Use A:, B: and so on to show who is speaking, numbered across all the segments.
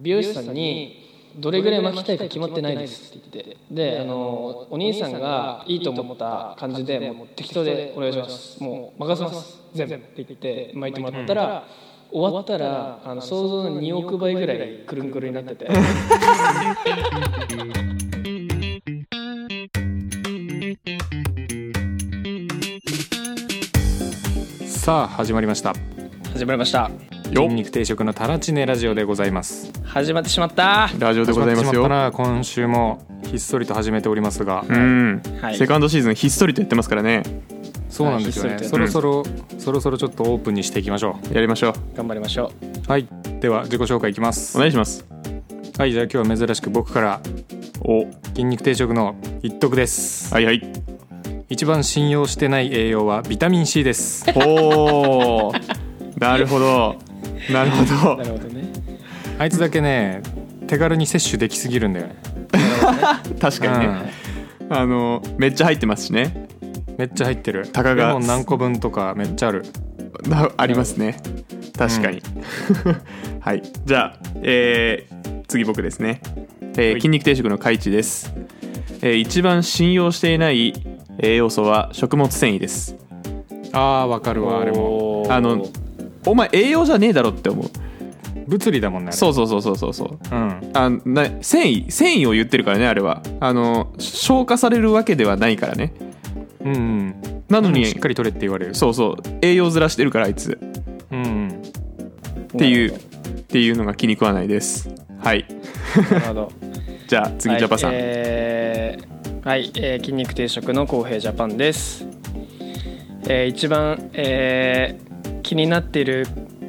A: 美容師さんにどれぐらい巻きたいか決まってないですって言ってであのお兄さんがいいと思った感じでもう適当でお願いしますもう任せます全部って言って巻いてもらったら、終わったらあの想像の2億倍ぐらいくるんくるんになってて
B: さあ始まりました
A: 始まりました
B: ニンニク定食のタラチネラジオでございます
A: 始まってしまった
C: ラジオでございますよ。
B: な今週もひっそりと始めておりますが、
C: うん、
A: はい
C: セカンドシーズンひっそりとやってますからね。
B: そうなんですよね、
A: はいひっ
B: そ
A: そ
B: ろ
A: り
B: そろ、そろそろちょっとオープンにしていきましょ
C: やりましょう。
A: 頑張りましょう
B: うはいでは自己紹介いきま
C: お
B: す
C: 願いします。
B: はいじゃあ今日は珍しく僕から
C: お、
B: 筋肉定食の一徳です、
C: はいはい。
B: 一番信用してない栄養はビタミン C です
C: おお、 なるほど。なるほ
A: なるほどね
B: あいつだけね手軽に摂取できすぎるんだよね
C: ど。確かにね。あのめっちゃ入ってますしね。
B: うんめっちゃ入ってる
C: たかが
B: レモン何個分とかめっちゃある
C: なありますね。確かに。はい。じゃあ、えー次僕ですね。えー筋肉定食のカイチです。えー一番信用していない栄養素は食物繊維です。
B: あーわかるわあれも
A: おー
C: あのお前栄養じゃねえだろって思う。
B: 物理だもんねあれ
C: そうそうそうそうそうそう。
B: うん
C: あな繊維繊維を言ってるからねあれはあの消化されるわけではないからね
B: うんうん
C: なのに
B: しっかり取れって言われる
C: そうそう栄養ずらしてるからあいつ
B: うんうん
C: っていうっていうのが気に食わないですはい
A: なるほど
C: じゃあ次、ジャパさん、
A: はい、えーはいえー筋肉定食の公平ジャパンです、えー一番、えー気になっている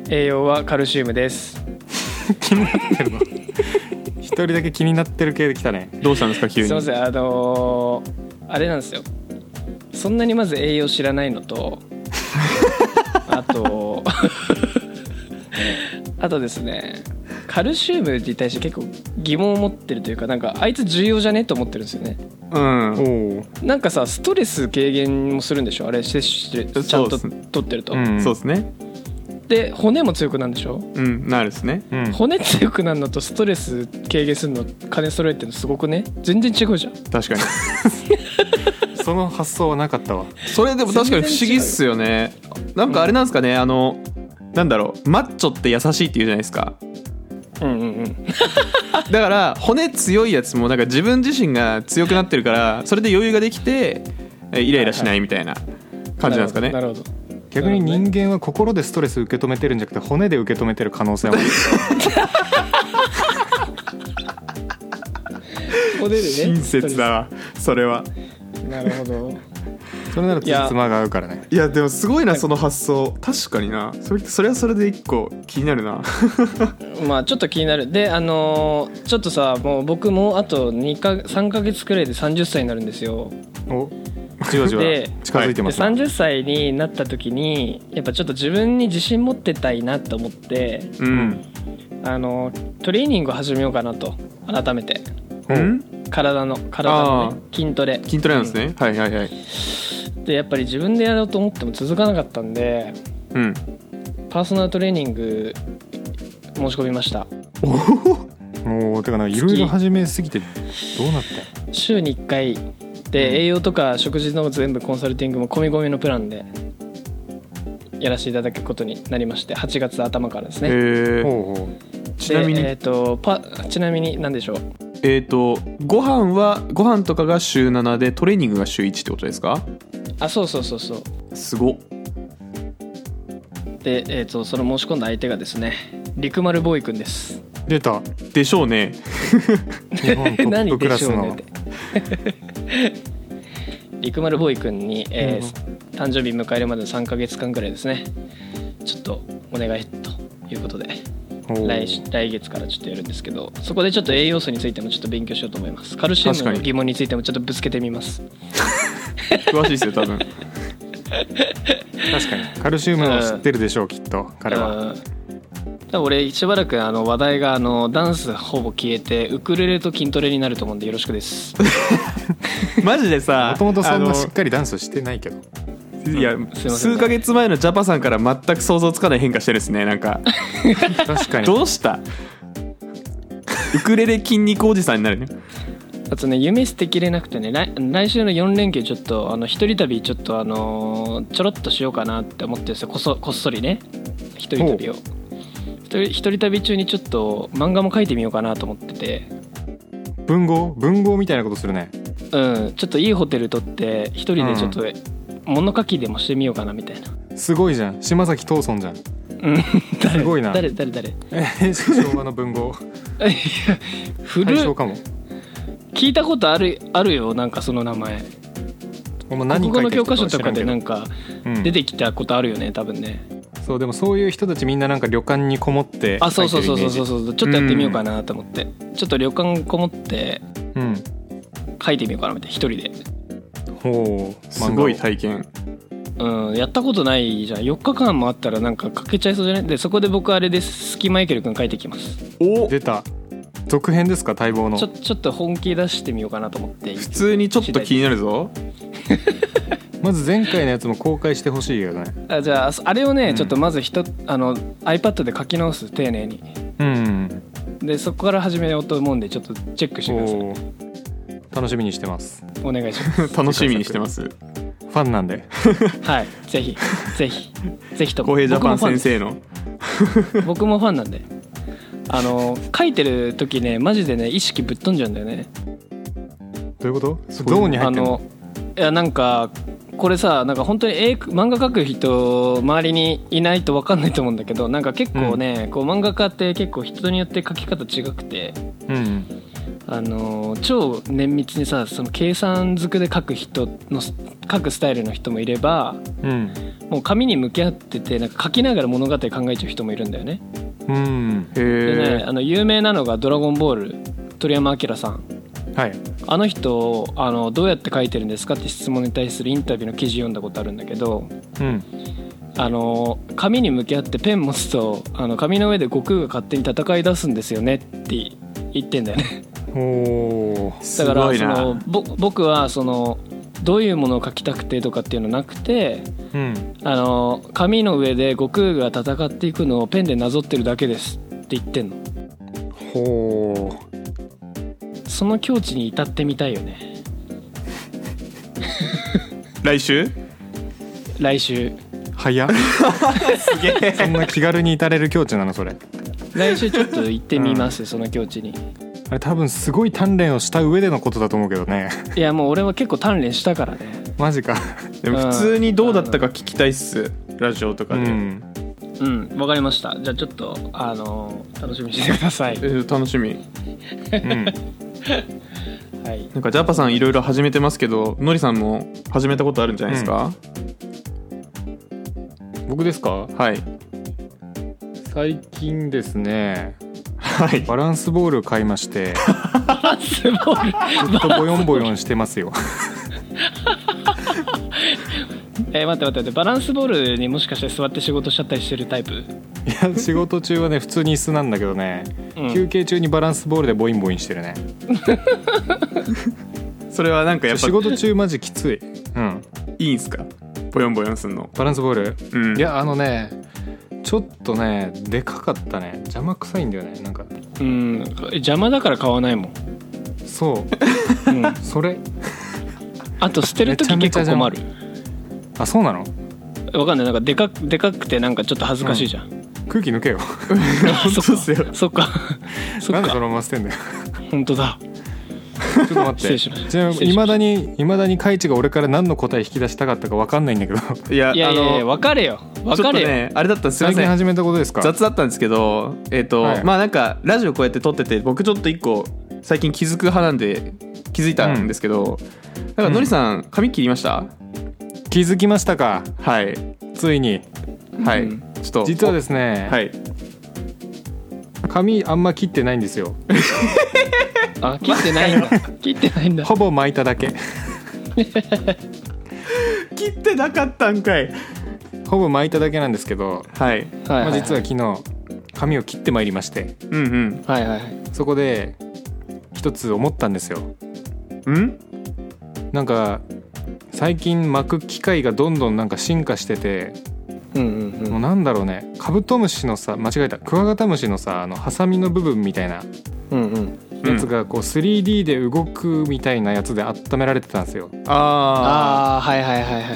A: 栄養はカルシウムです
B: 気になってるの一人だけ気になってる系できたね
C: どうしたんですか急
A: す
C: に
A: いませんあのーあれなんですよそんなにまず栄養知らないのと あとあとですねカルシウムに対して結構疑問を持ってるというかなんかあいつ重要じゃねと思ってるんですよね
C: うん
B: お
A: なんかさストレス軽減もするんでしょあれ摂取してちゃんと
C: そうっ
A: 取ってると、
B: うん
C: そうですね
A: で骨も強くなるんでしょ、
C: うんなるですね
B: うん
A: 骨強くなるのとストレス軽減するの金揃えてるのすごくね全然違うじゃん
C: 確か に
B: その発想はなかったわ
C: それでも確かに不思議っすよねなんかあれなんですかねあのなんだろうマッチョって優しいって言うじゃないですか
A: うんうん うん
C: だから骨強いやつもなんか自分自身が強くなってるからそれで余裕ができてえイライラしないみたいな感じなんですかね
A: なるほどなる
B: 逆に人間は心でストレス受け止めてるんじゃなくて骨で受け止めてる可能性もある
A: ほど骨でね
C: 親切だわそれは
A: ストレスなるほど
B: それならつじつまが合うからね
C: いやでもすごいなその発想確かになそれそれはそれで一個気になるな
A: まあちょっと気になるであのーちょっとさもう僕もあと2か3か月くらいで30歳になるんですよ
B: おじわじわ
A: で
B: 近づいて
A: で
B: ますね
A: 30歳になった時にやっぱちょっと自分に自信持ってたいなと思って
C: うん
A: あのトレーニングを始めようかなと改めて
C: うん
A: 体の体の、ね、筋トレ
C: 筋トレなんですね、はいはいはい
A: でやっぱり自分でやろうと思っても続かなかったんで
C: うん
A: パーソナルトレーニング申し込みました
B: おおてかなんかいろいろ始めすぎてどうなった
A: 週に1回で、
C: うん
A: 栄養とか食事の全部コンサルティングも込み込みのプランでやらせていただくことになりまして8月頭からです
C: え
A: ね
B: の
C: ー、
B: おうおう
C: ちなみに
A: でえー、とパちなみに何でしょう
C: えっ、とご飯はご飯とかが週7でトレーニングが週1ってことですか
A: あそうそうそうそう
C: すごっ
A: で、えー、とその申し込んだ相手がですねリクマルボーイくんです
B: 出た
C: でしょうね
B: 日本ト ッ
A: 何
B: プク
A: で
B: ラ
A: し
B: ス
A: ょうね
B: の
A: ってリクマルボーイ君に、えー誕生日迎えるまでの3ヶ月間ぐらいですねちょっとお願いということで
B: おう
A: 来し来月からちょっとやるんですけどそこでちょっと栄養素についてもちょっと勉強しようと思いますカルシウム
C: 確
A: の
C: かに
A: 疑問についてもちょっとぶつけてみます
C: 詳しいですよ多分
B: 確かにカルシウムを知ってるでしょうきっと彼は
A: うん多分俺しばらくあの話題があのダンスほぼ消えてウクレレと筋トレになると思うんでよろしくです
C: マジでさ
B: もともとそん
C: あ
B: な
C: の
B: しっかりダンスしてないけど
C: いや、
A: せん
C: 数ヶ月前のジャパさんから全く想像つかない変化してるですねなんか
B: 確かに
C: どうしたウクレレ筋肉おじさんになるね
A: あとね夢捨てきれなくてね来来週の4連休ちょっとあの一人旅ちょっとあのーちょろっとしようかなって思ってるんですよこそこっそりね一人旅を一人一人旅中にちょっと漫画も描いてみようかなと思ってて
B: 文豪文豪みたいなことするね
A: うんちょっといいホテル取って一人でちょっと物書きでもしてみようかなみたいな、
B: すごいじゃん島崎藤村じゃん
A: うん、誰
B: すごいな
A: 誰誰誰い
B: え昭和の文豪
A: や 古
B: 対
A: い
B: 象かも
A: 聞いたことあるあるよなんかその名前
B: お前何
A: 国語
B: 書い
A: の
B: てる
A: 教
B: か
A: 科
B: 知
A: 書
B: らんけ
A: とかでな
B: ど
A: んか
B: うん
A: 出てきたことあるよね多分ね
B: そうでもそういう人たちみんななんか旅館にこもって
A: あそうそうそうそう
B: 書いて
A: そう
B: るイメージ
A: そうちょっとやってみようかなと思って、ちょっと旅館こもって
B: うん
A: 書いてみようかなみたいな一人で、
B: ほう
C: すごい
B: 漫
C: 体験
A: うん、やったことないじゃん4日間もあったらなんか書けちゃいそうじゃないでそこで僕あれですスキマイケル君書いてきます
B: 画を
C: お
B: 出た続編ですか待望の
A: ちょちょっと本気出してみようかなと思って
C: 普通にちょっと気になるぞ
B: まず前回のやつも公開してほしいよね
A: あじゃああれをね、
C: うん
A: ちょっとまずひとあの iPad で書き直す丁寧に
B: うん
A: でそこから始めようと思うんでちょっとチェックしてください
B: おー楽しみにしてます
A: お願いします
C: 楽しみにしてます
B: ファンなんで
A: はいぜひぜひぜひとも
C: 浩平ジャパン
A: 僕もファ
C: 先
A: です
C: 生の
A: 僕もファンなんであの書いてる時ねマジでね意識ぶっ飛んじゃうんだよね
B: どういうことゾーンに入
A: あ
B: ってんの
A: のいやなんかこれさなんか本当に絵漫画描く人周りにいないと分かんないと思うんだけどなんか結構ね、こう漫画家って結構人によって描き方違くて
B: うん
A: あの超綿密にさその計算づくで描く人の描くスタイルの人もいれば
B: うん
A: もう紙に向き合っててなんか描きながら物語考えちゃう人もいるんだよね。
B: うん
A: でね
C: へえ
A: あの有名なのが「ドラゴンボール」鳥山明さん
B: はい
A: あの人あのどうやって書いてるんですかって質問に対するインタビューの記事読んだことあるんだけど
B: うん
A: あの紙に向き合ってペン持つとあの紙の上で悟空が勝手に戦い出すんですよねって言ってんだよね
B: おー
A: だ
C: す
A: から
C: ごい
A: その
C: な
A: ぼ僕はそのどういうものを書きたくてとかっていうのなくて
B: うん
A: あの紙の上で悟空が戦っていくのをペンでなぞってるだけですって言ってんの
B: ほ
A: その境地に至ってみたいよね
C: 来週
A: 来週
B: う早っ
C: すげえ
B: そんな気軽に至れる境地なのそれ
A: 来週ちょっと行ってみます、その境地に
B: あれ多分すごい鍛錬をした上でのことだと思うけどね
A: いやもう俺は結構鍛錬したからね
B: マジか
C: でも普通にどうだったか聞きたいっすラジオとか
B: う
C: で、
B: ん
A: うんわかりましたじゃあちょっとあのー楽しみにしてください
C: えー楽しみ
B: うん
A: はい
C: なんかジャパさんいろいろ始めてますけどのりさんも始めたことあるんじゃないですか、
B: 僕ですか
C: はい
B: 最近ですね
C: はい
B: バランスボールを買いまして
A: バランスボール
B: ずっとボヨンボヨンしてますよ
A: えー待って待って待ってバランスボールにもしかして座って仕事しちゃったりしてるタイプ、
B: いや仕事中はね普通に椅子なんだけどね、
A: うん
B: 休憩中にバランスボールでボインボインしてるね
C: それはなんかやっぱ
B: 仕事中マジきついうん
C: いいんすかボヨンボヨンすんの
B: バランスボール、
C: うん
B: いやあのねちょっとねでかかったね邪魔くさいんだよねなんか
A: うん邪魔だから買わないもん、
B: そう
A: うん、
B: それ
A: あと捨てる時結
B: めちゃめ
A: 構
B: ちゃ
A: 困る
B: あそうなの
A: わかんないなんかでかでかくてなんかちょっと恥ずかしいじゃん、
B: 空気抜けよ
A: 本
C: 当っすよ
A: そっ かそ
B: な
A: っ
B: んでそ
A: か
B: のまま捨てんだよ
A: 本当だ
B: ちょっと待って
A: 失礼しました
B: じゃあ
A: 失礼しました
B: いまだにいまだにカイチが俺から何の答え引き出したかったか分かんないんだ けど
C: いや
A: いやいやい
C: あ
A: や
C: の
A: 分かれよ分かれ
C: ちょっと
A: よ、
C: ねあれだったんですいま
B: 最
C: せ
B: 近
C: ん
B: 始めたことですか
C: 雑だったんですけどえっ、と、
B: はい
C: まあなんかラジオこうやって撮ってて僕ちょっと一個最近気づく派なんで気づいたんですけど、なんかのりさん髪切りました、
B: 気づきましたか
C: はい
B: ついに
C: はい、
A: うん
C: ちょっと
B: 実はですね、
C: はい
B: 髪あんま切ってないんですよ
A: あ切ってないんだ 切ってないんだ
B: ほぼ巻いただけ
C: 切ってなかったんかい
B: ほぼ巻いただけなんですけど、
C: は
A: は
C: い
A: い
B: ま
A: は
B: あ、
A: い
B: 実は昨日髪を切ってまいりまして
C: うん
A: はいはいはい
B: そこで一つ思ったんですよ
C: うんうん
B: なんか最近巻く機械がどんどんなんか進化してて
A: うんうんうん
B: もうなんだろうねカブトムシのさ間違えたクワガタムシのさあのハサミの部分みたいなうんうん、やつがこう 3D で動くみたいなやつで温められてたんですよ
C: ああ
A: ああはいはいはいはいはい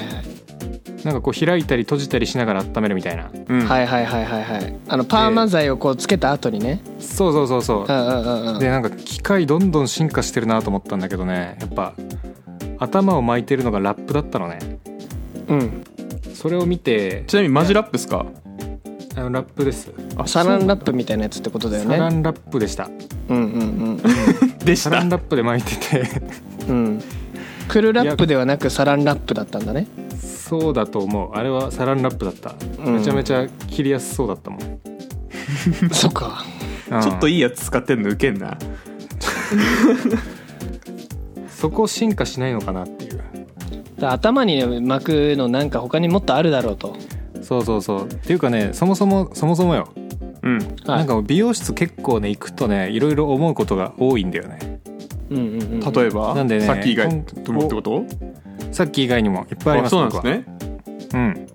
B: なんかこう開いたり閉じたりしながら温めるみたいな
C: うん
A: はいはいはいはいはいあのパーマ剤をこうつけた後にね、
B: そうそうそうそ
A: う
B: う
A: んうんうんうん
B: でなんか機械どんどん進化してるなと思ったんだけどねやっぱ頭を巻いてるのがラップだったのね
A: うん
B: それを見て
C: ちなみにマジラップっすか
B: あのラップです
C: あ
A: サランラッ
C: プ
A: プみたいなやつってことだよ
B: サラ
A: ね
B: ンラップでした
A: うんうん
C: でし
B: サラ
C: た
B: ンラップで巻いて
A: うんうんクルラップではなくサランラップだったんだね
B: て そうだと思うあれはサランラップだった
A: うん
B: めちゃめちゃ切りやすそうだったもん、うん
A: そっか
C: ちょっといいやつ使ってんのウケんな
B: そこ進化しないのかなっていう
A: だから頭に巻くのなんか他にもっとあるだろうと
B: そうそうそうっていうかねそもそもそもそもよ、
C: うん
A: はい
B: なんか美容室結構ね行くとねいろいろ思うことが多いんだよね
A: うんうんうんうん
C: 例えば
B: なんでね
C: さっき以外
B: ほ
C: っ
B: ん
C: てこと
B: さっき以外にもいっぱいあり
C: あ
B: ます
C: そうなんですね
B: 僕はうん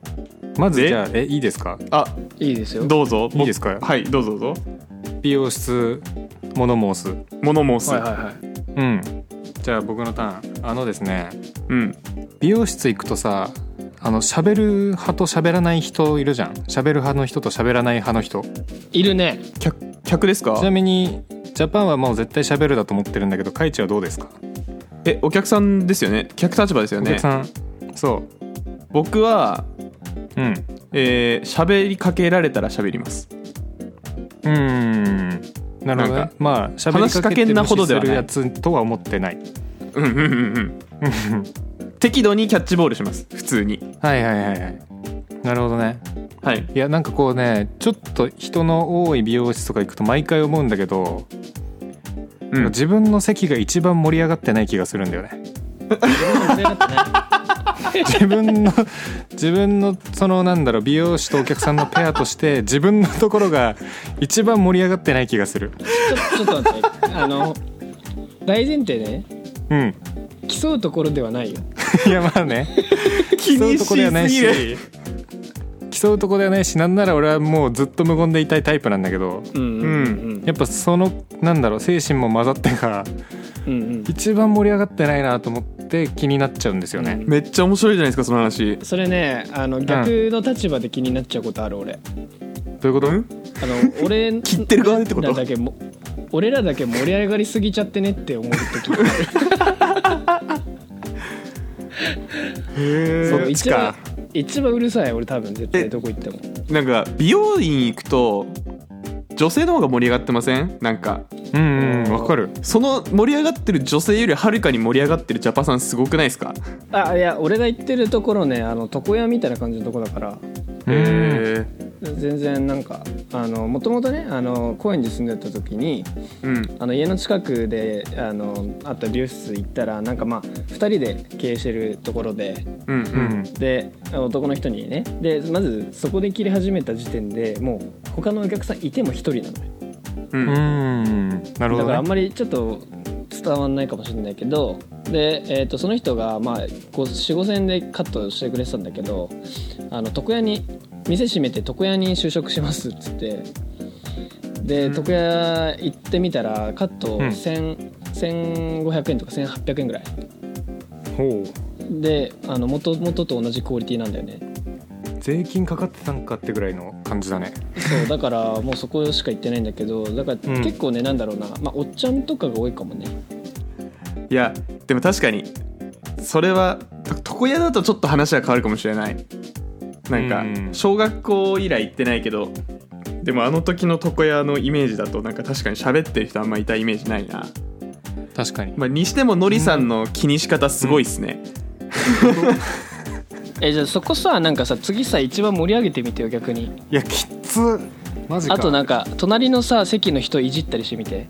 B: まず
C: で
B: じゃあえいいですか
C: あ
A: いいですよ
C: どうぞ
B: いいですか
C: 僕はいどうぞどうぞ
B: 美容室モノ申す
C: 物申す
A: はいはいはい
B: うんじゃあ僕のターンあのですね
C: うん
B: 美容室行くとさあの喋る派と喋らない人いるじゃん喋る派の人と喋らない派の人ち
A: いるね
C: 客客ですか
B: なみにジャパンはもう絶対喋るだと思ってるんだけどカイチはどうですか、
C: えお客さんですよね客立場ですよ
B: お
C: ね
B: 客さんそ
C: 僕は
B: ううん
C: えー喋りかけられたら喋ります
B: うーんなるほど
C: な
B: ね
C: んか
B: まあ喋り
C: 話しか
B: か
C: け
B: け
C: ん
B: て
C: な
B: 無
C: ほど
B: 視
C: ですはない
B: るやつとは思ってない
C: うんうんうん うん適度にキャッチボールします普通に
B: はいはいはいはいなるほどね
C: はい
B: いやなんかこうねちょっと人の多い美容室とか行くと毎回思うんだけど、
C: うん
B: 自分の席が一番盛り上がってない気がするんだよね自分の自分のそのなんだろう美容師とお客さんのペアとして自分のところが一番盛り上がってない気がする
A: ちょちょっと待ってあの大前提ね
B: うん
A: 競うところではないよ
B: いやまあね
C: 気
B: 競うとこではない
C: しすぎる
B: し競うとこではないしなんなら俺はもうずっと無言でいたいタイプなんだけど
A: うんうん
B: やっぱそのなんだろう精神も混ざってか
A: うんうん
B: 一番盛り上がってないなと思って気になっちゃうんですよね、
C: めっちゃ面白いじゃないですかその話
A: それねあの逆の立場で気になっちゃうことある俺
B: どういうこと、
C: うん
A: あの俺
C: 切ってる側でってこと
A: 俺らだけも俺らだけ盛り上がりすぎちゃってねって思う時がある
B: そっちか
A: 一番一番うるさい俺多分絶対どこ行っても
C: なんか美容院行くと女性の方が盛り上がってませんなんか
B: うんうんわかる
C: その盛り上がってる女性よりはるかに盛り上がってるジャパさんすごくないですか
A: あいや俺が行ってるところねあの床屋みたいな感じのとこだから
B: うん
C: へ
A: 全然なんかあのもともとねあの高円寺住んでた時に
C: えうん
A: あの家の近くであのあった美容室行ったらなんかまあ2人で経営してるところで
C: うんう
B: うんん
A: で男の人にねでまずそこで切り始めた時点でもう他のお客さんいても1人なのよ
C: うん
B: うん、なるほ
A: だからあ
B: ど
A: ん
B: ね
A: まりちょっと伝わんないかもしれないけどで、えー、とその人が、まあ、45,000円でカットしてくれてたんだけどあの床屋に店閉めて床屋に就職しますっつってで、
C: うん
A: 床屋行ってみたらカット
B: うん
A: 1000 1500円とか1800円ぐらい
B: ほう
A: であの元々と同じクオリティなんだよね
B: 税金かかってたんかってぐらいの感じだね
A: そうだからもうそこしか行ってないんだけどだから
B: うん
A: 結構ね、なんだろうな、まあ、おっちゃんとかが多いかもね
C: いやでも確かにそれはと床屋だとちょっと話は変わるかもしれないなんか
B: うん
C: 小学校以来行ってないけどでもあの時の床屋のイメージだとなんか確かに喋ってる人あんまいたイメージないな、
B: 確かに
C: まあ、にしてものりさんの気にし方すごいっすね、
A: えじゃあそこさなんかさ次さ一番盛り上げてみてよ逆に
B: いやきっつマジか
A: あとなんか隣のさ席の人いじったりしてみて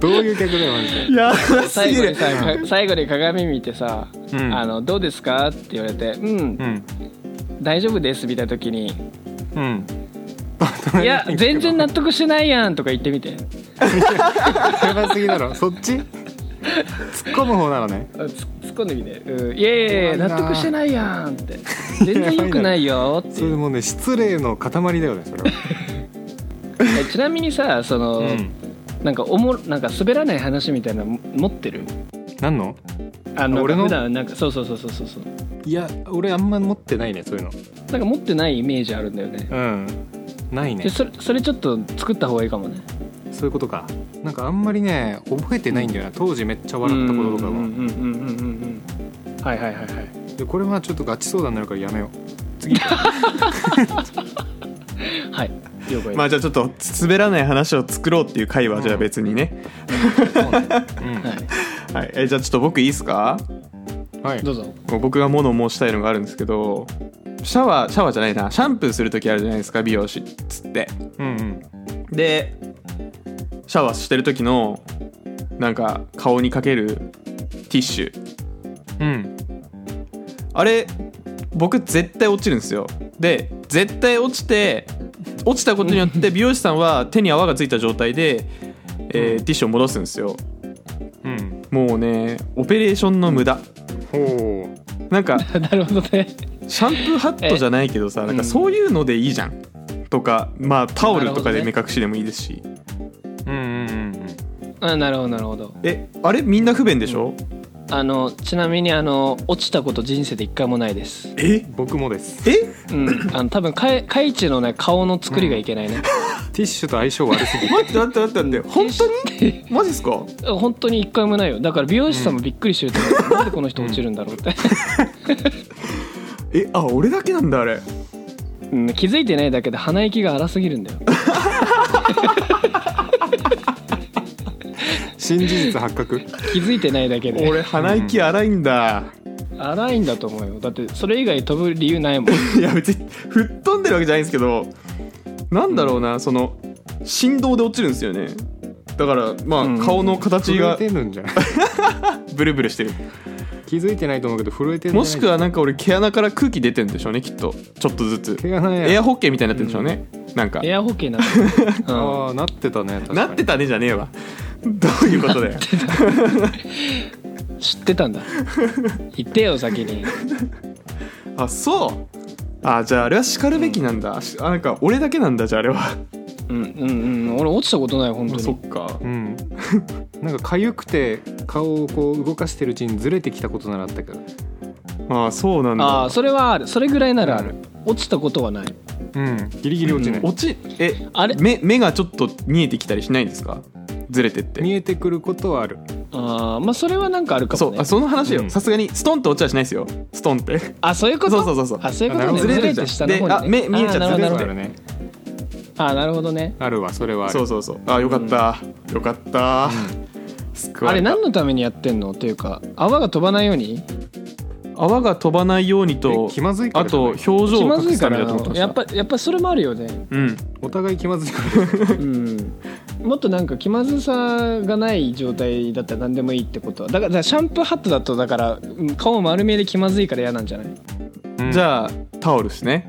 B: どういう客だよマジで
C: いやばす
A: 最
C: ぎ
A: 後に
C: る
A: さか最後に鏡見てさ「
B: うん
A: あのどうですか?」って言われて「うん
B: うん
A: 大丈夫です」みたいな時 に
B: うん
A: 「いや全然納得してないやん」とか言ってみて
B: やばすぎだろそっち突っ込む方なのね
A: あつ突っ込んでみて「うん、いやいやいや
B: 怖いな
A: 納得してないやん」って「全然よくないよ」って
B: それもうね失礼の塊だよねそれは
A: えちなみにさその、
B: うん
A: なんかおもなんか滑らない話みたいなの持ってる
B: 何の
A: あの
B: 俺の
A: 普段なんかそうそうそうそうそうそう
B: いや俺あんま持ってないねそういうの
A: なんか持ってないイメージあるんだよね
B: うんないね
A: でそれそれちょっと作った方がいいかもね
B: そういうことかなんかあんまりね覚えてないんだよな当時めっちゃ笑ったことと
A: う
B: か
A: んう
B: も
A: んうんうんうんうんはいはいはいはい
B: でこれはちょっとガチ相談になるからやめよ
A: はい了解
C: まあじゃあちょっと滑らない話を作ろうっていう回はじゃあ別にね、
B: う、うん
A: は
C: はい、えじゃあちょっと僕いいですか
B: はい
A: い、どうぞ
C: 僕が物申したいのがあるんですけどシャワーシャワーじゃないなシャンプーする時あるじゃないですか美容師っつって
B: うんうん
C: でシャワーしてる時のなんか顔にかけるティッシュ
B: うん
C: あれ僕絶対落ちるんですよで絶対落ちて落ちたことによって美容師さんは手に泡がついた状態で、えーティッシュを戻すんですよ
B: うん
C: もうねオペレーションの無駄
B: ほ
C: なんか
A: なるほどね
C: シャンプーハットじゃないけどさなんかそういうのでいいじゃんとかまあタオルとかで目隠しでもいいですし、
B: ううんうんうん
A: あなるほどなるほど
C: えあれみんな不便でしょ、
A: あのちなみにあの落ちたこと人生で一回もないです
C: え
B: 僕もです
C: え
A: うんあの多分かいかいちのね顔の作りがいけない ね、
B: ティッシュと相性悪 すぎる
C: 待って待って待って待って本当に
A: に
C: マジっすか
A: 本当に一回もないよだから美容師さんもびっくりしてると思う、なんでこの人落ちるんだろうって、
C: えあ俺だけなんだあれ
A: うん、気づいてないだけで鼻息が荒すぎるんだ よ
B: 新事実発覚
A: 気づいてないだけで
C: 俺鼻息荒いんだ、
A: 荒いんだと思うよだってそれ以外飛ぶ理由 ないもん
C: いや別に吹っ飛んでるわけじゃないんですけどなんだろうなその振動で落ちるんですよねだからまあ、
A: うん
C: 顔の形
B: 震え
C: が
B: てるんじゃない
C: ブルブルしてる
B: 気づいてないと思うけど震えてるんじゃない
C: もしくはなんか俺毛穴から空気出てるんでしょうねきっとちょっとずつ
B: 毛がない
C: エアホッケーみたいになってるんでしょうね、なんか
A: エアホッケーなんだ よ、
B: ああなってたね確かに
C: なってたねじゃねえわ どういうことだよ
A: うん、知ってたんだ言ってよ先に
C: あそうあじゃああれはしかるべきなんだ、しあなんか俺だけなんだじゃああれは
A: うんうんうん俺落ちたことない本当
C: そ
A: に
C: っか
B: うん、 なんか痒くて顔をこう動かしてるうちにずれてきたことならあったけど
C: あそうなん
A: あ
C: だ
A: あそれはあるそれぐらいならある、
B: う
A: 落ちたことはない
B: うんギリギリ落ちない、
C: 落ちえ
A: あれ
C: 目目がちょっと見えてきたりしないんですかずれてって
B: 見えてくることはある
A: ああまあそれはなんかあるか
C: そ
A: も
C: う
A: ね
C: あその話
B: う
C: よ
B: ん
C: さすがにストンと落ちはしないですよストンって
A: あそういうこと
C: そうそうそうそう
A: あそういうことね
C: ずれ
A: ず
C: る
A: れ
C: じゃん
A: て下の方に、ね、
C: であ目見えちゃって
A: あーな
B: あ
A: るほど
B: るあ
A: なる
B: るね
A: ほどあーなるほどね
B: あるわそれはある
C: そうそうそうあよかった、よかった、救
A: あ
C: わ
A: れ
C: れた
A: 何のためにやってんのっていうか泡が飛ばないように
C: 泡が飛ばないようにと
B: え気まずいか
C: あ
B: らじゃない
C: と表情
A: 気ま
C: を
A: ず
C: 隠
A: い
C: すた
A: か
C: め
A: ら
C: だと
A: な
C: 思って
A: の
C: ました
A: やっぱやっぱそれもあるよね
C: うん
B: お互い気まずいか
A: う
B: ら
A: んもっとなんか気まずさがない状態だったら何でもいいってことはだからだからシャンプーハットだとだからうん顔丸見えで気まずいから嫌なんじゃない
B: うん
C: じゃあタオルですね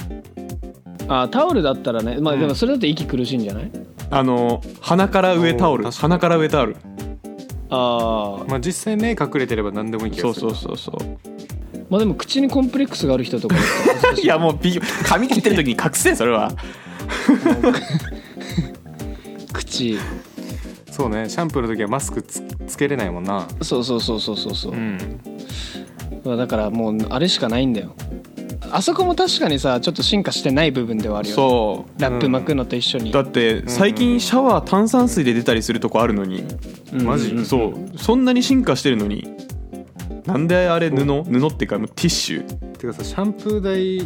A: あータオルだったらねまあ
B: うん
A: でもそれだと息苦しいんじゃない、
C: あの鼻から上タオ
B: お
C: ル
B: ー確かに
C: 鼻から上タオル
A: ああ
B: まあ実際目隠れてれば何でもいい気
C: そ
B: が
C: う
B: する
C: そうそうそう
A: まあでも口にコンプレックスがある人 とかだったら恥ずかしい
C: いやもうび髪切ってる時に隠せそれは
A: 口
B: そうねシャンプーの時はマスクつつけれないもんな
A: そうそうそうそうそうそうう、
B: ん
A: だからもうあれしかないんだよあそこも確かにさちょっと進化してない部分ではあるよね
C: そう
A: ラップ巻くのと一緒に、
C: だって最近シャワー炭酸水で出たりするとこあるのに、
A: うん
B: マジ
A: うん
C: そうそんなに進化してるのになんであれ布布っていうかもうティッシュ
B: てかさシャンプー台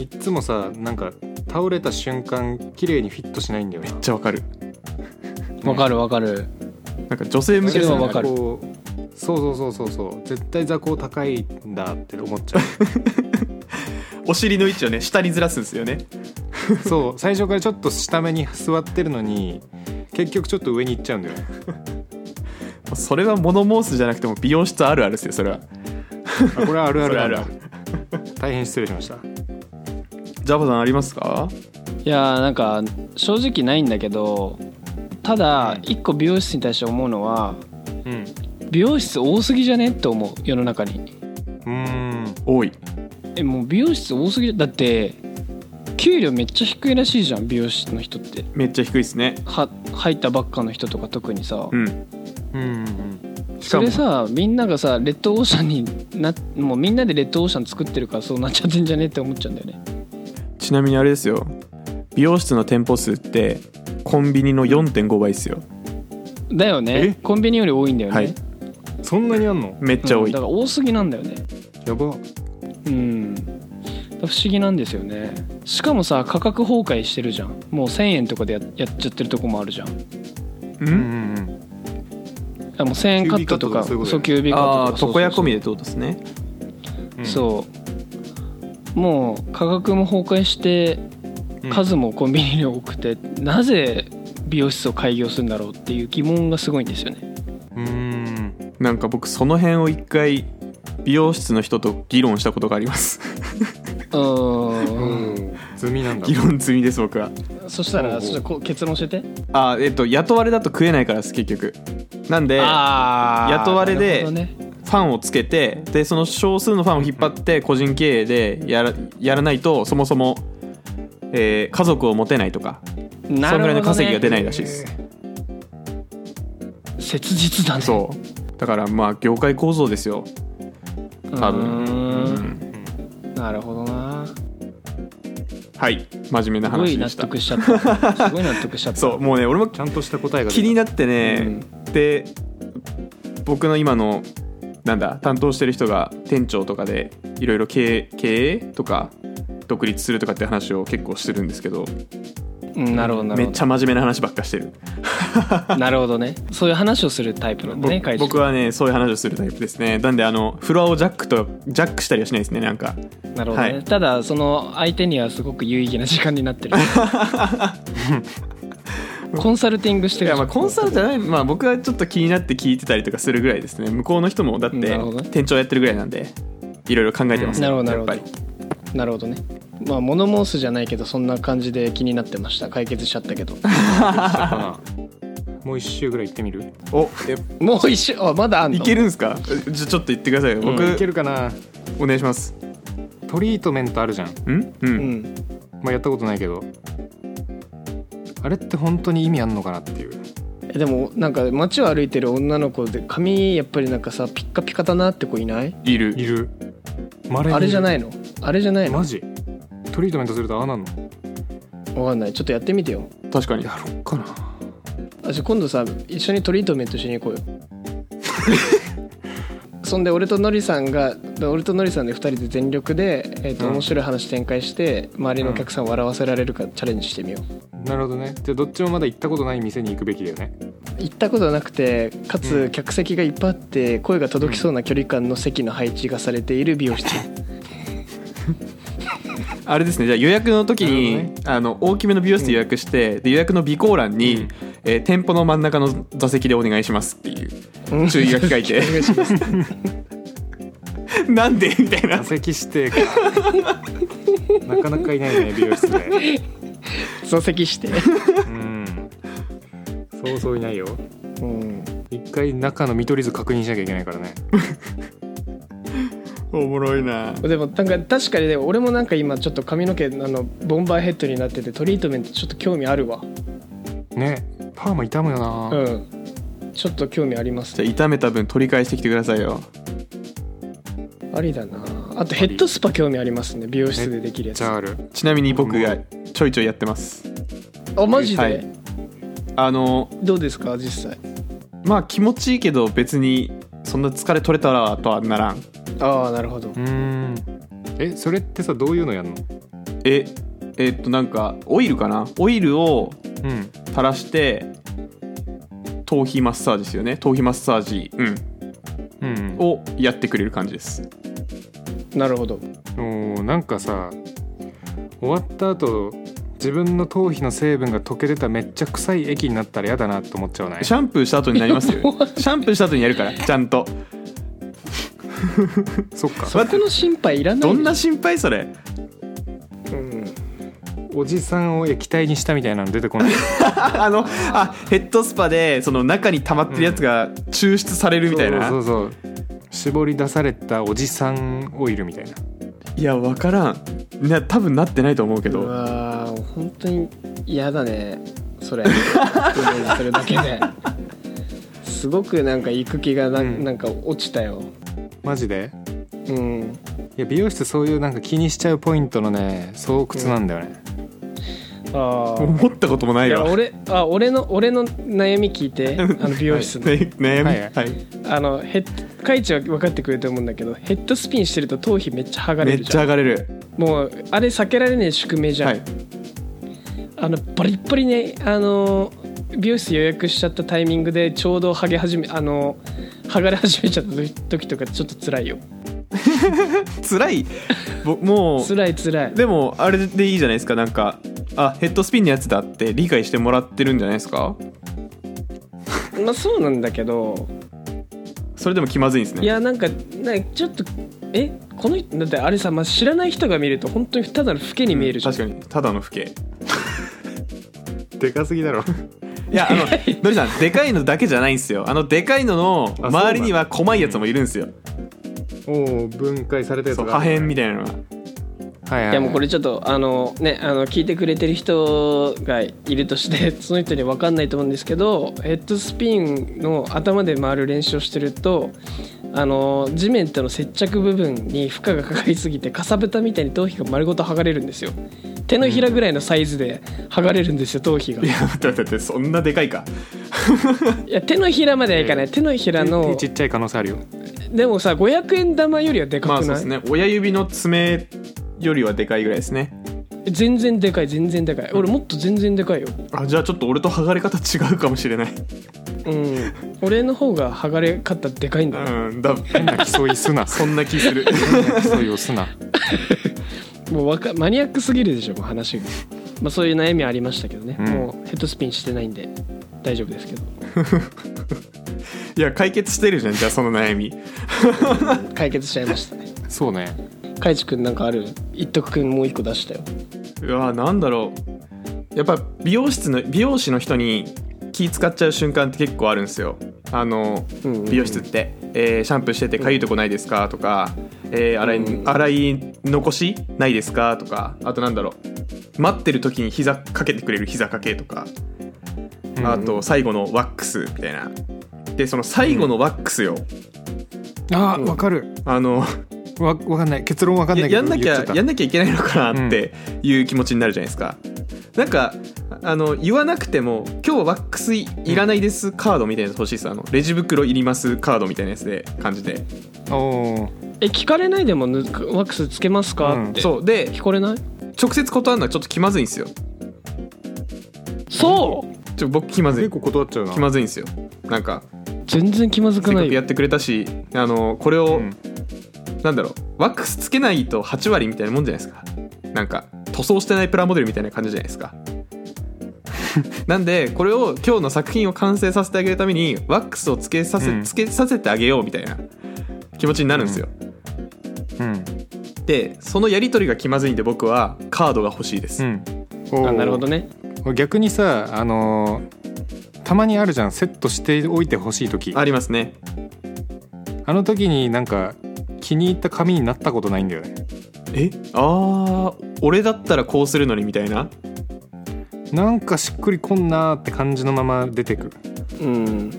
B: いっつもさなんか倒れた瞬間綺麗にフィットしないんだよな
C: めっちゃわかる
A: わかるわかる
C: なんか女性向け
A: それは
C: の
A: わかる
B: こうそうそうそうそうそう絶対座高高いんだって思っちゃ
C: お尻の位置をね下にずらすんですよね
B: うそう最初からちょっと下目に座ってるのに結局ちょっと上に行っちゃうんだよね
C: それは物申すじゃなくても美容室あるあるですよそれは
B: あこれはあるあるなんだ
C: それ
B: 大変失礼しました
C: ジャバさんありますか
A: いやーなんか正直ないんだけどただ一個美容室に対して思うのは
B: うん
A: 美容室多すぎじゃねって思う世の中に
B: うーん
C: 多い
A: えもう美容室多すぎだって給料めっちゃ低いらしいじゃん美容師の人って
C: めっちゃ低いですね
A: は入ったばっかの人とか特にさ、
C: う
B: う
C: ん
B: んうんうんし
A: そ
B: かも
A: れさみんながさレッドオーシャンになもうみんなでレッドオーシャン作ってるからそうなっちゃってんじゃねって思っちゃうんだよね
C: ちなみにあれですよ美容室の店舗数ってコンビニの4.5倍ですよ
A: だよね
B: え
A: コンビニより多いんだよね、
C: はい
B: そんなにあんの
C: めっちゃ多
A: うん
C: い、
A: だから多すぎなんだよね
B: やば
A: うんだから不思議なんですよねしかもさ価格崩壊してるじゃんもう1000円とかでややっちゃってるとこもあるじゃん
C: う
B: うんんうん
A: あもう1000円カットとか
B: キュービーカットとかそういうことだよね
A: そうキュービーカッ
C: あ
A: ト
C: あ
A: とか
C: 床屋込
A: で
C: みでってことですね
B: うん
A: そうもう価格も崩壊して
B: うん
A: 数もコンビニに多くて、なぜ美容室を開業するんだろうっていう疑問がすごいんですよね
B: うん
C: なんか僕その辺を一回美容室の人と議論したことがあります
A: うーん
B: 済み なんだ
C: 議論済みです僕は
A: そした
B: ほうほ
A: ら
B: う
A: そしたらこう結論教えて
C: あーえっと雇われだと食えないからです結局なんでフ
A: あー
C: 雇われで
A: なるほどね
C: ァンをつけてでその少数のファンを引っ張って個人経営でやらやらないとそもそも、えー家族を持てないとか
A: な
C: そのぐら
A: るほ
C: いの
A: ど
C: 稼ぎが出
A: ね
C: ないらしいです、
A: 切実だね
C: そうだからまあ業界構造ですよ多分
A: 分なるほどな
C: はい真面目な
A: すご
C: 話
A: い
C: で
A: 納
C: した
A: 得しちゃったすごい納得しちゃった
C: そうもうね俺も
B: ちゃんとした答えが出た
C: 気になってね、で僕の今のなんだ担当してる人が店長とかでいろいろ経営経営とか独立するとかって話を結構してるんですけど
A: うんなるほどなる
C: め
A: ほ
C: っちゃ真面目な話ばっかしてる、
A: どなるほどねそういう話をするタイプなんだね
C: 僕
A: 会社
C: 僕はねそういう話をするタイプですねなんであのフロアをジャックとジャックしたりはしないですねなんか
A: なるほどね、
C: はい
A: ただその相手にはすごく有意義な時間にな ってるコンサルティングし
C: い
A: てる
C: やまあコンサルじゃないまあ僕はちょっと気になって聞いてたりとかするぐらいですね向こうの人もだっ
A: な
C: て
A: るほどね
C: 店長やってるぐらいなんでいろいろ考えてますね、
A: なるほどなる
C: や
A: ほ
C: っぱ
A: ど
C: り
A: なるほどねまあ物申すじゃないけどそんな感じで気になってました解決しちゃったけど
B: かな もう一周ぐらい行ってみる
C: おえ
A: もう一瞬あまだあんの
C: いけるんすかえじゃちょっと言ってくださいよ僕、
B: いけるかな
C: お願いします
B: トリートメントあるじゃん
C: うんう
A: うんん
B: まあやったことないけどあれって本当に意味あんのかなっていう
A: えでもなんか街を歩いてる女の子で髪やっぱりなんかさピッカピカだなって子いない
C: いる
B: いるまれに
A: あれじゃないいのあれじゃないの
B: マジトリートメントするとああなんの
A: わかんないちょっとやってみてよ
C: 確かに
B: やろっかな
A: あじゃあ今度さ一緒にトリートメントしに行 こうよそんで俺とノリさんが俺とノリさんで2人で全力で、えーと
B: うん
A: 面白い話展開して周りのお客さんを笑わせられるかチャレンジしてみよう、
B: なるほどねじゃあどっちもまだ行ったことない店に行くべきだよね
A: 行ったことなくてか
B: う
A: つ
B: ん
A: 客席がいっぱいあって声が届きそうな距離感の席の配置がされている美 容室
C: あれですねじゃあ予約の時に、
B: なるほ
C: あの大きめの美容室予約して、で予約の備考欄に、
B: うん
C: えー店舗の真ん中の座席でお願いしますっていう注意書き書いて なんでみたいな
B: 座席指定かなかなかいないね美容室で
A: 座席して、
B: うんそうそういないよ
A: うん、
B: 一回中の見取り図確認しなきゃいけないからね
C: おもろいな
A: でもなんか確かにね俺もなんか今ちょっと髪の毛あのボンバーヘッドになっててトリートメントちょっと興味あるわ
B: ねパーマ痛むよな、
A: うんちょっと興味あります
C: じゃあ炒めた分取り返してきてくださいよ
A: ありだなあとヘッドスパ興味ありますね美容室でできるやつ
B: じゃあある
C: ちなみに僕がちょいちょいやってます
A: あマジで、
C: はいあの
A: どうですか実際
C: まあ気持ちいいけど別にそんな疲れ取れたらとはならん
A: ああなるほど
B: うんえそれってさどういうのやんの
C: ええっとなんかオイルかなオイルを
B: うん
C: 垂らして頭皮マッサージですよね頭皮マッサージ、うん、
B: うん
C: をやってくれる感じです
A: なるほど
B: おーなんかさ終わった後自分の頭皮の成分が溶け出ためっちゃ臭い液になったら嫌だなと思っちゃわない
C: シャンプーした後になりますよシャンプーした後にやるからちゃんと
B: そっか
A: そこの心配いらない
C: どんな心配それ
A: うん
B: おじさんを液体にしたみたいなの出てこない
C: ああのあヘッドスパでその中に溜まってるやつが抽出されるみたいな、
B: そうそうそう絞り出されたおじさんオイルみたいな
C: いや分からんな多分なってないと思うけ
A: う
C: ど
A: わー本当に嫌だねそれイメージするだけですごくなんか行く気がな,、
B: うん
A: ん、なんか落ちたよ
B: マジで
A: うん
B: いや美容室そういうなんか気にしちゃうポイントのね巣窟なんだよね、
A: ああ
C: 思ったこともない
A: いや
C: わ
A: 俺あ俺の俺の悩み聞いてあの美容室の、
C: はい悩み
B: は
C: はいい、
A: あのヘッカイチは分かってくれると思うんだけどヘッドスピンしてると頭皮めっちゃ剥が
C: め
A: れ
C: っ
A: る
C: ち
A: じ
C: ゃ
A: ゃん
C: 上がれる
A: もうあれ避けられねえ宿命じゃん、
C: はい
A: あのバリッバリねあの美容室予約しちゃったタイミングでちょうど剥げ始めあの剥がれ始めちゃった時時とかちょっと辛いよ
C: 辛いぼもう
A: 辛い辛い
C: でもあれでいいじゃないですかなんかあヘッドスピンのやつだって理解してもらってるんじゃないですか
A: まあそうなんだけど
C: それでも気まずいんです
A: い
C: ね
A: やなんかなんかちょっとえこの人だってあれさ、まあ、知らない人が見ると本当にただの老けに見えるじゃん、
C: 確かにただの 不景
B: でかすぎだろ
C: いやあののりさんでかいのだけじゃないんですよあのでかいのの
B: あそうなんだ
C: 周りには細いやつもいるんですよ
B: おお分解されたやつ
C: そう
B: が
C: 破
B: ある
C: 片みたいなのが
B: はいはい,、
A: いやもうこれちょっとあのねあの聞いてくれてる人がいるとして その人には分かんないと思うんですけどヘッドスピンの頭で回る練習をしてるとあの地面との接着部分に負荷がかかりすぎてかさぶたみたいに頭皮が丸ごと剥がれるんですよ手のひらぐらいのサイズで剥がれるんですよ頭皮が
C: い
A: い
C: や待って待って待ってそんなでかいか
A: や手のひらまではいかない手のひら
B: 手
A: の
B: ちっちゃい可能性あるよ
A: でもさ500円玉よりはで
C: ま
A: か
C: あ
A: く
C: そ
A: な
C: うで
A: い、
C: すね親指の爪よりはでかいぐらいですね
A: 全然でかい全然でかい俺もっと全然でかいよ
C: あじゃあちょっと俺と剥がれ方違うかもしれない
A: うん俺の方が剥がれ方でかいんだな
C: うんだ
B: 変な競い すな
C: そんな気 する
B: 変な競いをすな
A: もうわかマニアックすぎるでしょもう話が、まあ、そういう悩みありましたけどね、
B: うん
A: もうヘッドスピンしてないんで大丈夫ですけど
C: いや解決してるじゃんじゃあその悩み
A: 解決しちゃいましたね
B: そうね
A: かいちくんなんかある一徳くんもう一個出したよ
C: うわなんだろうやっぱ美容室の美容師の人に気使っちゃう瞬間って結構あるんですよあの、
A: うんうんうん
C: 美容室って、えーシャンプーしててかゆいとこないですか?」とか、えー洗い
A: うん
C: 洗い残しないですか?」とかあとなんだろう待ってる時に膝かけてくれる膝掛けとか
B: うん
C: あと最後のワックスみたいなでその最後のワックスよ、
B: あ
A: うん
B: わかる
C: あの
B: わわかんない結論わかんな
C: や
B: いけど
C: やんなき
B: 言っ
C: ゃ
B: ちゃった
C: やんなきゃいけないのかなっていう気持ちになるじゃないですか、なんかあの言わなくても今日はワックスいいらないですカードみたいなの欲しいですあのレジ袋いりますカードみたいなやつで感じで
B: おー
A: え聞かれないでもぬワックスつけますか、
B: うん
A: って
C: そうで
A: 聞かれない
C: 直接断るのはちょっと気まずいんですよ
A: そう
C: ちょ僕気まず
B: 結
C: い
B: 構断っちゃうな
C: 気まずいんですよなんか
A: 全然気まず
C: せ
A: く
C: っ
A: な
C: か
A: い
C: くや
A: よ
C: ってくれたしあのこれを、
B: うん
C: なんだろうワックスつけないと8割みたいなもんじゃないですかなんか塗装してないプラモデルみたいな感じじゃないです かなんでこれを今日の作品を完成させてあげるためにワックスをつけさせ,、
B: うん
C: つけさせてあげようみたいな気持ちになるんですよ、
B: うん
C: でそのやり取りが気まずいんで僕はカードが欲しいです、
B: うん
A: あなるほどね
B: 逆にさあのーたまにあるじゃんセットしておいてほしい時
C: ありますね
B: あの時になんか気に入った紙になったことないんだよね
C: えあー俺だったらこうするのにみたいな
B: なんかしっくりこんなーって感じのまま出てくる
A: うん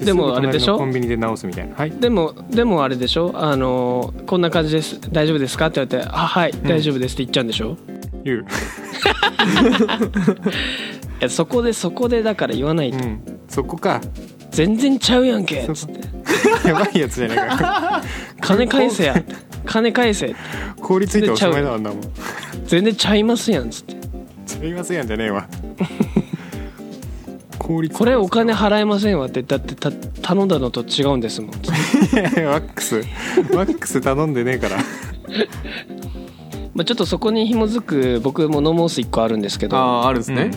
A: でもあれでしょ
B: すぐ隣のコンビニで直すみたいなはい
A: でもでもあれでしょあのこんな感じです大丈夫ですかって言われて「あはい大丈夫です」って言っちゃうんでしょ、
B: 言う、
A: いやそこでそこでだから言わないと、
B: うん、そこか
A: 全然ちゃうやんけっ
B: そ
A: つって
B: やばいやつじゃない か
A: 金返せや金返せ
B: 凍りついておしまいだあんなもん
A: 全然ちゃいますやんっつって
B: すみませんやんじゃね えわ凍りついて
A: これお金払えませんわってだってた頼んだのと違うんですもんっつって
B: ワックスワックス頼んでねえから
A: まあちょっとそこに紐づく僕もノモース1個あるんですけど
C: あーあるんですね、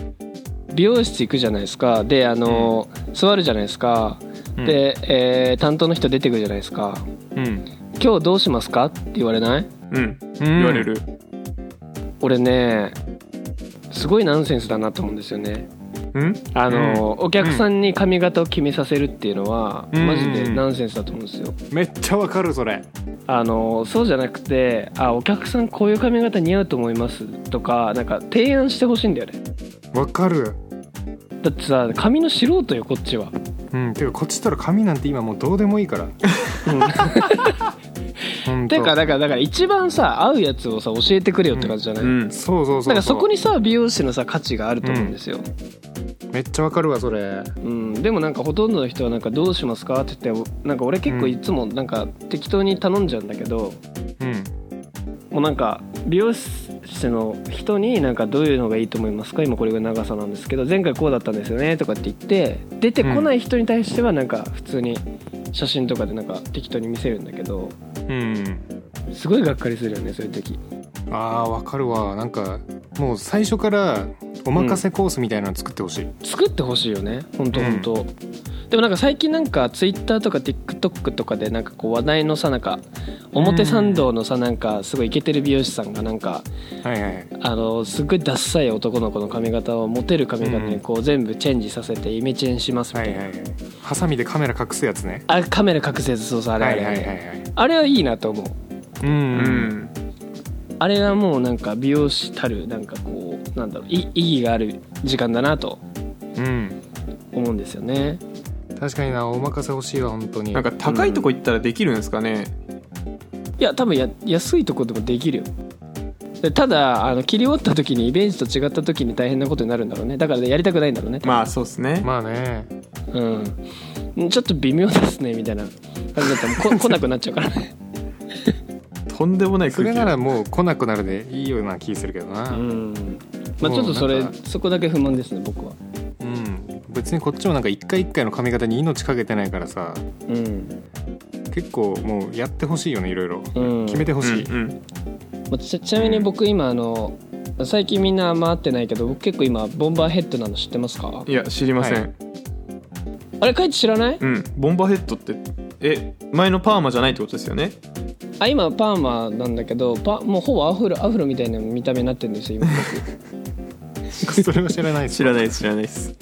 A: 美容室行くじゃないですかであの、座るじゃないですか、
B: うん
A: で、えー担当の人出てくるじゃないですか
B: うん
A: 「今日どうしますか?」って言われない
C: うん言われる、
A: 俺ねすごいナンセンスだなと思うんですよね
C: うん
A: あの、お客さんに髪型を決めさせるっていうのは、
B: うん
A: マジでナンセンスだと思うんですよ
B: めっちゃわかるそれ
A: あのそうじゃなくてあお客さんこういう髪型似合うと思いますとかなんか提案してほしいんだよね
B: わかる
A: だってさ髪の素人よこっちは
B: うんてかこっちとら髪なんて今もうどうでもい いから本
A: て
B: 当
A: かだからだから一番さ合うやつをさ教えてくれよって感じじゃない、
C: うん
B: そうそうそ
A: な
B: うう
A: んかそこにさ美容師のさ価値があると思うんですよ、
B: めっちゃわかるわそれ
A: うんでもなんかほとんどの人はなんかどうしますかって言ってなんか俺結構いつもなんか適当に頼んじゃうんだけど、
B: うん
A: もうなんか美容師の人になんかどういうのがいいと思いますか今これが長さなんですけど前回こうだったんですよねとかって言って出てこない人に対してはなんか普通に写真とかでなんか適当に見せるんだけど
B: うん
A: すごいがっかりするよねそういう時
B: あーわかるわなんかもう最初からお任せコースみたいなの作ってほしい、
A: 作ってほしいよね本当本当、でもなんか最近なんか Twitter とか TikTok とかでなんかこう話題のさなんか表参道のさなんかすごいイケてる美容師さんがなんか
B: はいはい
A: あのすっごいダッサい男の子の髪型をモテる髪型にこう全部チェンジさせてイメチェンしますみ
B: は
A: たい
B: い
A: な、
B: はいはいハサミでカメラ隠すやつね
A: あカメラ隠せずそうそうあれ
B: は
A: あ
B: い
A: れ、
B: はいはいはい
A: あれはいいなと思う
B: うん
C: う
B: うん
C: ん
A: あれはもうなんか美容師たるなんかこうなんだろうい意義がある時間だなと
B: うん
A: 思うんですよね
B: 確かになお任せ欲しいわ本当に
C: なんか高いとこ行ったらできるんですかね、
A: いや多分や安いとこでもできるよでただあの切り終わった時にイメージと違った時に大変なことになるんだろうねだからやりたくないんだろうね、
C: まあそうですね、
B: まあね
A: うんちょっと微妙ですねみたいな感じだったらこ 来なくなっちゃうからね
C: とんでもない
B: そ
C: 空
B: れ
C: 気
B: ならもう来なくなるでいいような気するけど
A: う
B: な、うん
A: んまあちょっとそれ
B: もうなんか
A: そこだけ不満ですね僕は
B: 別にこっちもなんか一回一回の髪型に命かけてないからさ
A: うん、
B: 結構もうやってほしいよねいろいろ
A: うん、
B: 決めてほしい、
C: うんうん
A: まあちちなみに僕今あの最近みんなあんま会ってないけど僕結構今ボンバーヘッドなの知ってますか
C: いや知りません、
B: は
A: あれカイチ知らない
C: うんボンバーヘッドってえ前のパーマじゃないってことですよね
A: あ今パーマなんだけどパもうほぼアフロアフロみたいな見た目になってるんですよ 今
B: それは知らないです
C: 知らないです知らないです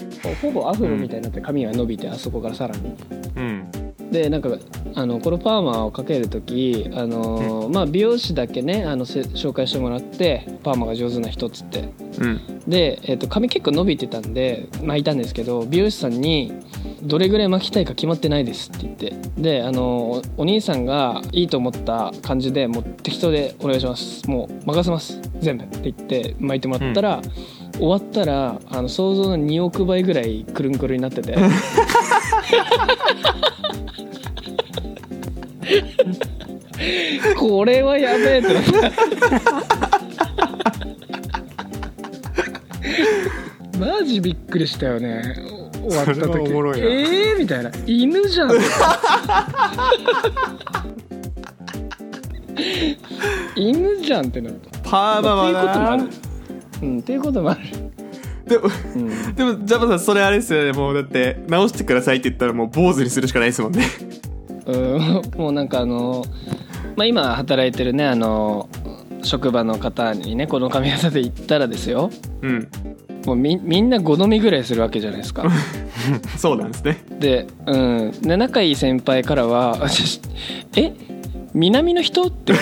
A: ほほぼアフロみたいになって髪が伸びてあそこからさらに
B: うん
A: でなんかあのこのパーマをかける時あのー、まあ、美容師だけねあのせ紹介してもらってパーマが上手な人っつって
C: うん
A: で、えっと髪結構伸びてたんで巻いたんですけど美容師さんに「どれぐらい巻きたいか決まってないです」って言ってであのおお兄さんがいいと思った感じでもう適当でお願いしますもう任せます全部って言って巻いてもらったら、終わったらあの想像の2億倍ぐらいくるんくるんになっててこれはやべえ ってなって。マジびっくりしたよねお終わった
B: それは
A: 時
B: おもろいな
A: えー、みたいな犬じゃん犬じゃんってなった
C: パーマはな
A: っていううんっていうこともある、
C: でも
A: うん、
C: でもジャパさんそれあれですよねもうだって直してくださいって言ったらもう坊主にするしかないですもんね
A: うんもうなんかあの、まあ、今働いてるねあの職場の方にねこの髪型で行ったらですよ
C: うん
A: もうみみんな好みぐらいするわけじゃないですか
C: そうなんですね
A: で,、うん、で仲いい先輩からは 「え南の人?」って言わ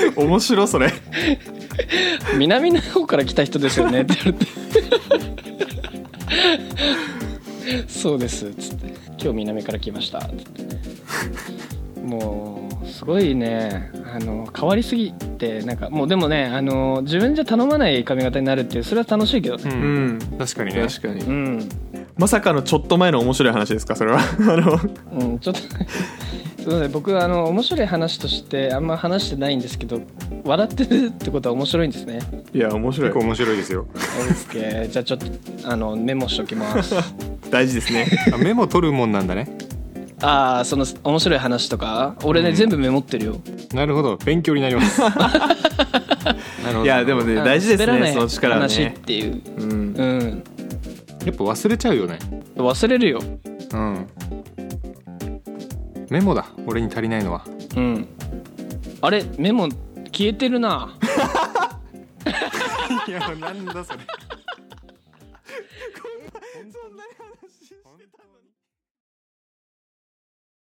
A: れ
C: 面白それ
A: た南の方から来た人ですよね」って言 われて「そうです」っつって「今日南から来ました」っつってもうすごいねあの変わりすぎてなんかもうでもねあの自分じゃ頼まない髪型になるっていうそれは楽しいけどね
B: う、
C: うんん
B: 確かにね
C: 確かに
A: うん
C: まさかのちょっと前の面白い話ですかそれ はあの
A: うん、ちょっと すみません僕はあの面白い話としてあんま話してないんですけど笑ってるってことは面白いんですね
C: いや面白い
B: 結構面白いですよ
A: OK じゃあちょっとあのメモしときます
C: 大事ですね
B: あメモ取るもんなんだね
A: ああその面白い話とか俺ね、全部メモってるよ
B: なるほど勉強になりますなるほど
C: いやでもね大事です
A: あの滑らない
C: ねその力は
A: 話っ
C: ね
A: ていう
C: うん
A: うん
B: やっぱ忘れちゃうよね
A: 忘れるよ
B: うんメモだ俺に足りないのは
A: うんあれメモ消えてるな
B: いやなんだそれ